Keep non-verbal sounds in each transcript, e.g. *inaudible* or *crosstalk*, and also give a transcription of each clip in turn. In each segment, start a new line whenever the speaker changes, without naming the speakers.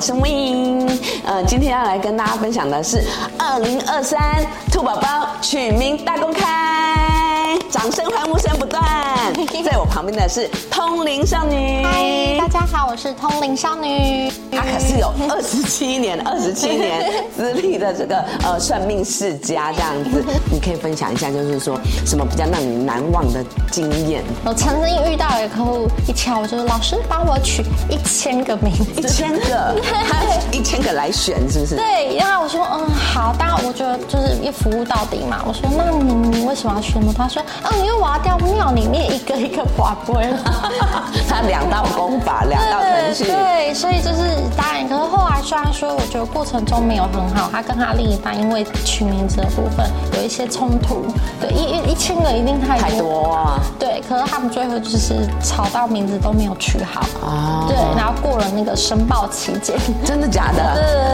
是木英。呃，今天要来跟大家分享的是二零二三兔宝宝取名大公开，掌声欢呼声不断。在我旁边的是通灵少女，
嗨，大家好，我是通灵少女。
她可是有二十七年、二十七年资历的这个呃算命世家，这样子，你可以分享一下，就是说什么比较让你难忘的经验？
我曾经遇到有客户一敲，我就是老师帮我取一千个名
*laughs* 一
字。
千个，他一千个来选，是不是？
对，然后我说嗯好，但我觉得就是要服务到底嘛。我说那你你为什么要选我？他说嗯，因为我要掉庙里面一个一个法规。
他两道功法，两道程序
对，对，所以就是当然，可是后来虽然说，我觉得过程中没有很好，他跟他另一半因为取名字的部分有一些冲突，对，一一一千个一定太
太多啊！
对，可是他们最后就是吵到名字都没有取好，
哦
对，然后过了那个申报期间，
真的假的？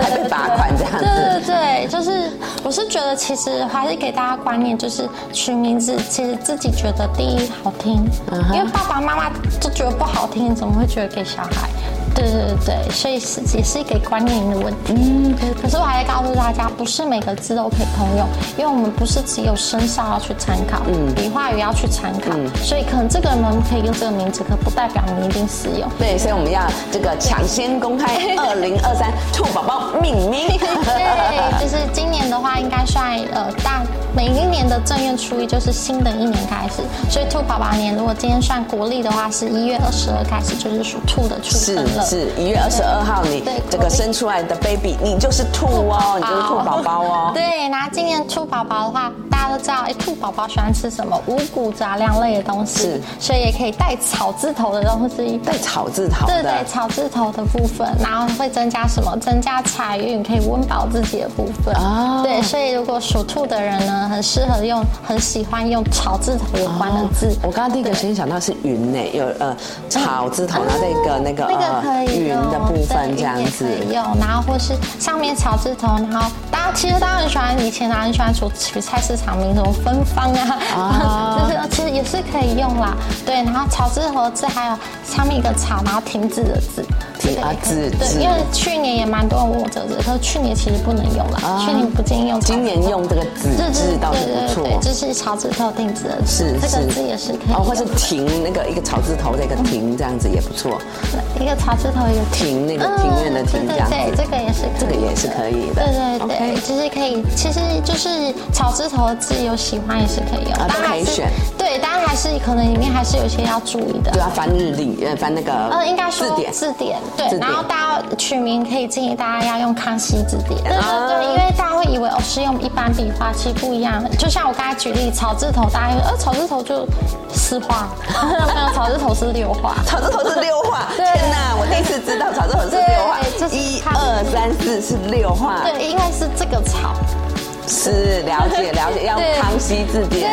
还被罚款这样子，
对对对，就是我是觉得其实还是给大家观念，就是取名字其实自己觉得第一好听，
嗯
因为爸爸妈妈都觉得不好听，怎么会觉得给小孩？对对对，所以是也是给观念的问题。
嗯
可是我还要告诉大家，不是每个字都可以通用，因为我们不是只有生肖要去参考，
嗯
笔画也要去参考，所以可能这个人可以用这个名字，可不代表你一定适用。
对，所以我们要这个抢先公开二零二三兔宝宝命
*laughs*
名。
对，就是今年的话，应该算呃大每一年的正月初一就是新的一年开始，所以兔宝宝年如果今天算国历的话，是一月二十二开始就是属兔的出生
是
了。
是，一月二十二号你
对
这个生出来的 baby，你就是兔哦，你就是兔宝宝哦。
对，那今年兔宝宝的话，大家都知道，哎，兔宝宝喜欢吃什么？五谷杂粮类的东西
是，
所以也可以带草字头的东西。
带草字头
对对
的，，哦
草字头的部分，然后会增加什么？增加财运，可以温饱自己的部分。
哦
对，所以如果属兔的人呢，很适合用，很喜欢用草字头有关的字。
哦我刚刚第一个先想到是云呢，有呃草字头，然后再一个那个
啊那个可
呃
以
云
用
的部分
对
这样子
云。也可以用，然后或是上面草字头，然后大家其实大家很喜欢，以前大家很喜欢取取菜市场名什么芬芳
啊
啊，就是其实也是可以用啦。对，然后草字头的字还有上面一个草，然后停止的字。
停
这个也可以
啊字字
对，因为去年也蛮多人问我这个字，可是去年其实不能用了，去年不建议用草字头。
今年用这个子
对对
字倒是不
对对对
错，
就是草字头停止的字，
是
这
是
个字也是可以用。
哦，或是停那个一个草字头的一个停这样子也不错，
一个草字头一个
停那个庭院的庭
嗯
这样
对对
子
对，这个也是可以的
这个也是可以的
对对
OK
对就是可以，其实就是草字头的字有喜欢也是可以用，
啊都可以
当然是
选。
对，当然还是可能里面还是有一些要注意的
就。要翻日历，呃，翻那个
呃，应该说
字典。
字典对
字典
然后大家取名可以建议大家要用康熙字典，对
啊
对对，因为大家会以为哦是用一般笔画，其实不一样。就像我刚才举例草字头，大家会呃草字头就四 *laughs* 画，没有草字头是六
*laughs*
画，
草字头是六画，
对
天哪！我第一次知道草字头是六画
*laughs* 对这，是
一
它
二三四是六画，
对，应该是这个草。
是了解了解，要
*laughs* 对
康熙字典，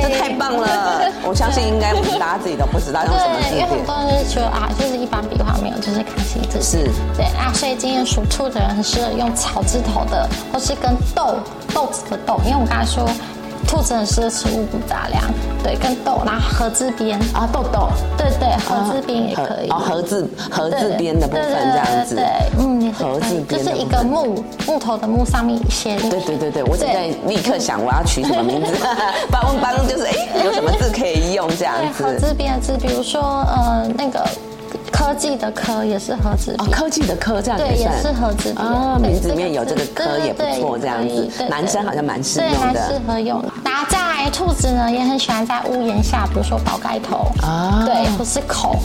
对
这太棒了！
*laughs*
我相信应该我们大家自己都不知道用什么字
对，因为很
典，
多人就是觉得啊，就是一般笔画没有，就是康熙字。
是
对啊，所以今天属兔的人很适合用草字头的，或是跟豆豆子的豆，因为我刚才说兔子很适合吃五谷杂粮，对，跟豆，然后合字边，
啊，豆豆。
对对，合字边也可以。
啊哦，合字合
对
字边的部分这样子
对，对，对嗯，也是可以
合字边
就
的
是一
部
个
分
木木头的木上面写一
对对对对，我现在立刻想我要取什么名字，帮帮帮就是哎、
*laughs*
有什么字可以用这样
对合
子。
字边的字，比如说呃那个科技的科也是合字
哦
边，，
科技的科这样
对，
也
也
算
是合字边
啊，
对
名字里面
个
有这个
字
科也不错，这样子
对对对可以对
男生好像蛮适
对
用
蛮
的
适。合用的。然后再来，兔子呢也很喜欢在屋檐下，比如说宝盖头
啊
对，或是口。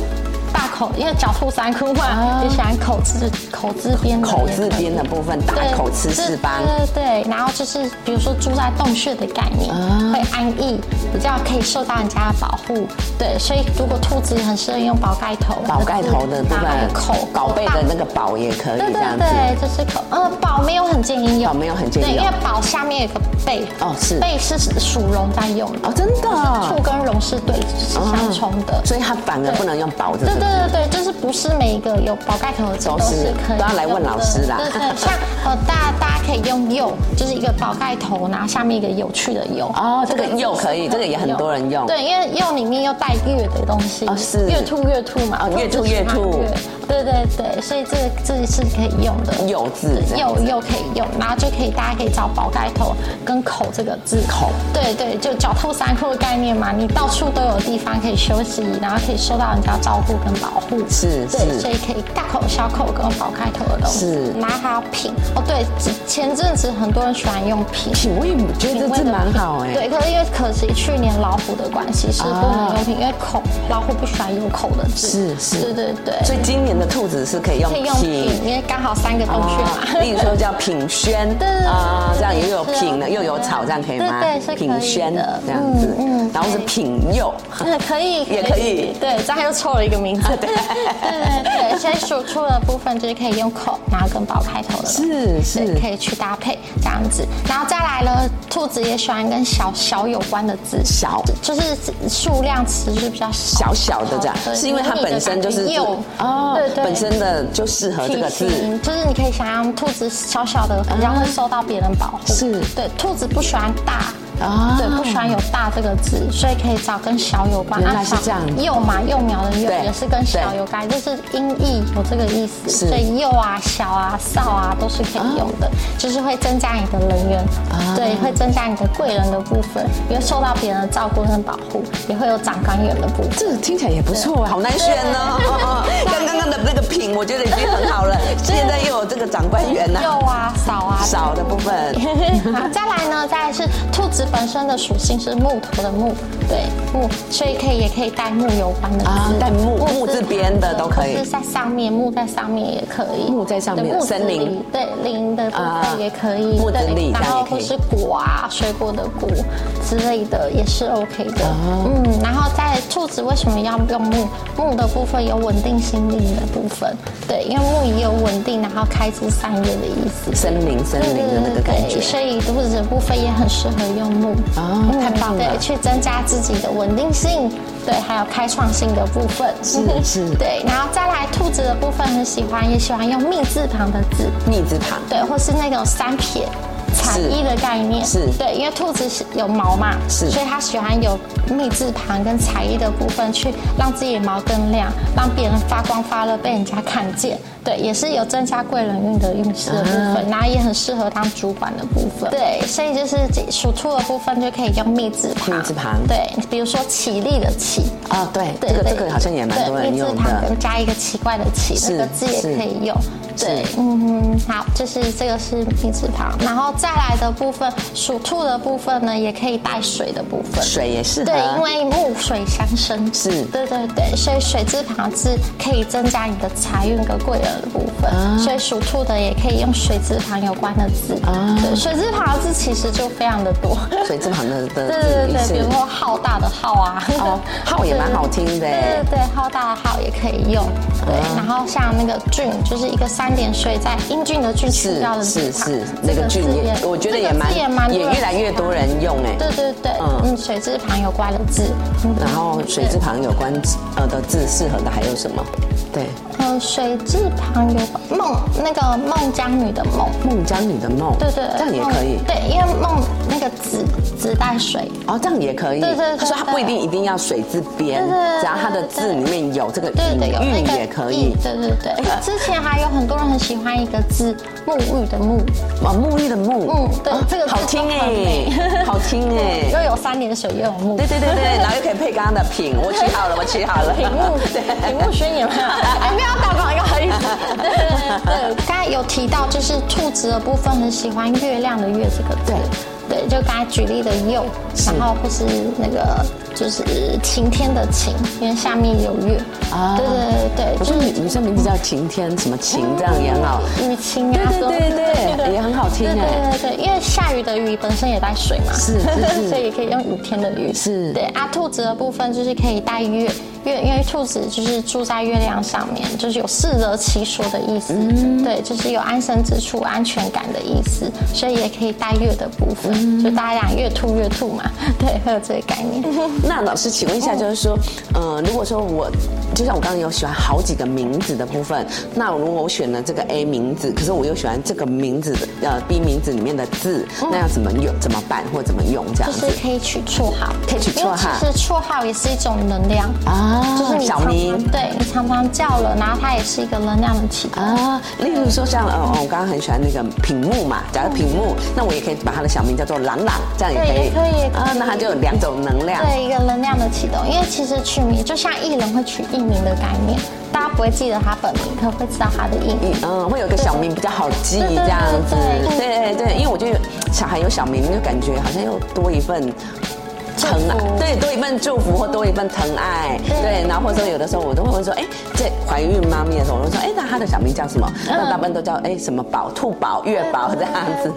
大口，因为狡兔三窟嘛，也喜欢口字口字边的
啊口
也
字
可以
边的部分，大
对
口吃四方，
对对对，然后就是比如说住在洞穴的概念，
啊
会安逸，比较可以受到人家的保护。对，所以如果兔子很适合用宝盖头，
宝盖头的部
然后还有
分，
口
宝贝的
大
那个宝也可以
对
这样
对
子。
对，就是口，呃，宝没有很建议用，
宝没有很建议
对，
用
因为宝下面有个贝，
哦是
贝是属龙在用的，
哦，真的
兔
哦，
跟龙是对是相冲的，
所以它反而不能用宝这
对
个
对对对，就是不是每一个有宝盖头的字
都
都
哦是
是可以用的，
都要来问老师啦
对对，像呃，
*laughs*
大大家可以用柚，就是一个宝盖头，然后下面一个有趣的柚。
哦，这个又可以，这个也很多人用。
对，因为柚里面又带月的东西，
哦是
月兔月兔嘛
哦，
兔子
月兔月兔
喜欢月对对对，所以这个字是可以用的，
柚字这样
又又可以用，然后就可以大家可以找宝盖头跟口这个字，
口
对对，就脚透三窟的概念嘛，你到处都有地方可以休息，然后可以受到人家照顾跟保护，
是
对，
是
所以可以大口小口跟宝盖头的东西，
是
然后还有品哦，对，只前阵子很多人喜欢用品。
品味，我觉得这字蛮好哎。
对，可是因为可惜去年老虎的关系是不能用品，因为口老虎不喜欢有口的字，
是是
对对对，
所以今年的兔子是可以用
可以用品，因为刚好三个都去
哦 *laughs*
嘛。
例如说叫品轩
对对对
啊，这样
对
也有
是
品的，
对
又有草，这样可以吗？
对对是可以
品轩
的
这样子
嗯嗯，
然后是品柚，
嗯，可以，
也可以
对，这样又凑了一个名
*laughs*
字。对对对，所以数出的部分就是可以用口，然后跟宝开头的，
是是
对，可以去搭配这样子。然后再来了，兔子也喜欢跟小小有关的字，
小
就是数量词是比较
小
小
小的这样，
对
是因为它本身就是
有
哦
对，对，
本身的就适合呃这个字
体，型就是你可以想象兔子小小的，然后会受到别人保护。
是
对，兔子不喜欢大。
哦
对，不喜欢有“大”这个字，所以可以找跟小有关。啊
原来是这样
幼嘛，幼苗的幼
对
也是跟小
对
有关，就是音译有这个意思。
是
所以幼啊、小啊、少啊都是可以用的，
啊
就是会增加你的人缘，对，会增加你的贵人的部分，也会受到别人的照顾跟保护，也会有长官缘的部分。
这个听起来也不错啊，好难选哦。 *laughs* 刚刚刚的那个品，我觉得已经很好 *laughs* 了，现在又有这个长官员
幼
呐，
啊、少
*laughs*
啊、
少的部分。
好，再来呢，再来是兔子本身的属性是木头的木，对木，所以可以也可以带木有关的字，
啊带木木字边的都可以
或是在上面木在上面也可以，
木在上面
对木子
森林
里对林的部
啊
分也可以，
木子
对
里
然
这样也
后
可以
或是果啊、水果的果之类的也是 OK 的，
啊
嗯，然后在兔子为什么要用木？木的部分有稳定心灵的部分，对，因为木也有稳定，然后开枝散叶的意思，
森林森林的那个感觉
对所以肚子的部分也很适合用木
哦
嗯
太棒了
对，去增加自己的稳定性，对，还有开创性的部分，
是是
*laughs* 对，然后再来兔子的部分很喜欢，也喜欢用密字旁的字，
密字旁，
对，或是那种三撇。彩衣的概念
是
对，因为兔子是有毛嘛，
是
所以它喜欢有密字旁跟彩衣的部分，去让自己的毛更亮，让别人发光发热，被人家看见。对，也是有增加贵人运的运势的部
啊
分，然后也很适合当主管的部分。对，所以就是属兔的部分就可以用密字旁。
密字旁
对，比如说起立的起，
啊，对，
对
这个
对
这个好像也蛮多
对
人
密字
用
旁
的
跟。加一个奇怪的奇，
是
那个字也可以用。
是
对
是，
嗯，好，就是这个是密字旁，然后再来的部分，属兔的部分呢，也可以带水的部分。
水也适合，
对，因为木水相生，
啊是
对对对，所以水字旁的字可以增加你的财运跟贵人的部分，所以属兔的也可以用水字旁有关的字，对，水字旁的字其实就非常的多，
水字旁的的
对
字
对
也
对，
是
比如说浩大的浩啊，
哦浩也蛮好听的啊
对对对，浩大的浩也可以用。对，然后像那个俊，就是一个三点水在英俊的俊去
是
掉的
是
字旁
是那个
这
俊
字
也，我觉得也蛮
这个字蛮多
也
人
越来越多人用哎。
对对对，
嗯
嗯，水字旁有关的字，嗯
然后水字旁有关呃的字适合的还有什么？对，
嗯，水字旁有关梦，那个孟姜女的梦，
孟姜女的梦，
对对，
这样也
梦
可以。
对，因为梦那个子子带水，
哦，这样也可以。
对对对
所以它不一定一定要水字边
对对对，对
只要它的字里面有这个
对对，有
寓
那
寓
个
嗯也可
意
以。哎
对对对。呃之前还有很多人很喜欢一个字“沐浴”的“沐
哇，沐浴的沐，
嗯对
啊
这个字
好听
都很美
哎，好听”，哎。
*laughs* 又有三点水，又有“沐
对对对对，然后又可以配刚刚的品，我取好了，我取
*laughs*
好了。”。
屏
*laughs*
幕屏幕宣言嘛，哎，不要打广告意思。对对对，对刚才有提到，就是兔子的部分很喜欢月亮的“月”这个字。对，就刚才举例的“柚”，然后或是那个就是晴天的“晴”，因为下面有月。
啊
对对对
我
对，
觉
就
得
是
女女生名字叫晴天，什么晴这样也很好。
雨晴啊，
对对对对
什么之类的
也很好听
对
哎
对对对，因为下雨的雨本身也带水嘛， *laughs*
是是是
所以也可以用雨天的雨。
是
对啊，兔子的部分就是可以带月月，因为兔子就是住在月亮上面，就是有适得其所的意思。
嗯
对，就是有安身之处、安全感的意思，
嗯
*laughs* 所以也可以带月的部分，就大家讲月兔月兔嘛，对，会有这个概念。
那老师，请问一下，就是说，呃，如果说我，就像我刚刚有喜欢好几个名字的部分，那如果我选了这个 A 名字，可是我又喜欢这个名字的呃 B 名字里面的字，那要怎么用、怎么办或怎么用这样
嗯就
子
是可以取绰号，
可以取绰号
因为其实绰号也是一种能量，
啊？
就是你
小
常常
明。
对你常常叫了，然后它也是一个能量的起源。
啊，例如说像呃，哦我刚刚很喜欢那个屏幕嘛，假如屏幕，那我也可以把它的小名叫做朗朗，这样也可
嗯
以。
对也可以也可以
啊，那它就有两种能量。
对一个能量的启动，因为其实取名就像艺人会取艺名的概念，大家不会记得他本名，可会知道他的艺名。
嗯，会有个小名比较好记
对对对
这样子，
对
对对对，因为我觉得小孩有小名，就感觉好像又多一份。疼爱
祝福
对多一份祝福或多一份疼爱，
对
对，然后或者说有的时候我都会问说，哎，这怀孕妈咪的时候，我都说，哎，那她的小名叫什么？
嗯
那大部分都叫哎什么宝、兔宝、月宝这
对对
样子，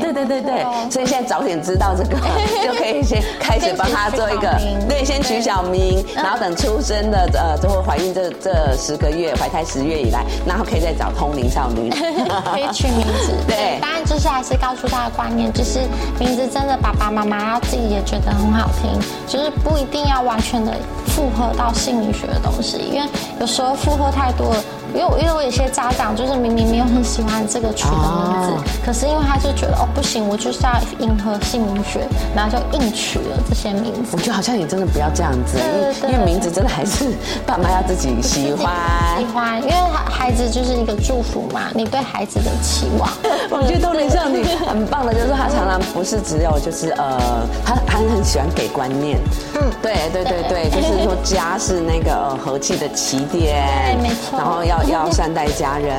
对
对
对对
是
对
哦，
所以现在早点知道这
*laughs*
个，就可以先开始帮她做一个
先取小名，
对，先取
对
小名，然后等出生的呃，之后怀孕这这十个月，怀胎十月以来，然后可以再找通灵少女。
可以取名字，
*laughs* 对
当然就是还是告诉大家观念，就是名字真的爸爸妈妈要自己也觉得很好听，就是不一定要完全的附和到心理学的东西，因为有时候附和太多了，因为我因为我有些家长就是明明没有很喜欢这个取的名字，
哦
可是因为他就觉得哦不行，我就是要迎合心理学，然后就硬取了这些名字
我。觉得好像也真的不要这样子，因为
对对对
因为名字真的还是爸妈要自己喜
*laughs*
欢。
喜欢，因为孩子就是一个祝福嘛，你对孩子的期望。
我觉得通灵少女 *laughs* 很棒的，就是她常常不是只有就是呃，她她很喜欢给观念。嗯，对对对对，就是说家是那个呃和气的起点，
对没错
然后要要善待家人，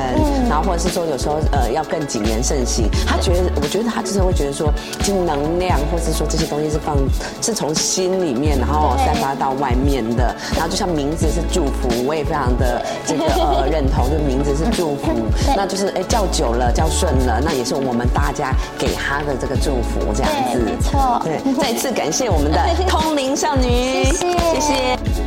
然后或者是说有时候呃要更谨言慎行。她觉得，我觉得她就是会觉得说，就能量或是说这些东西是放是从心里面，然后
对
散发到外面的。然后就像名字是祝福，我也非常的这个呃认同，就名字是祝福。
对
那就是哎叫久了叫顺了，那也是我们大家给他的这个祝福，这样子。
*laughs* 对没错
对，再次感谢我们的通灵少女，
谢
谢
谢
谢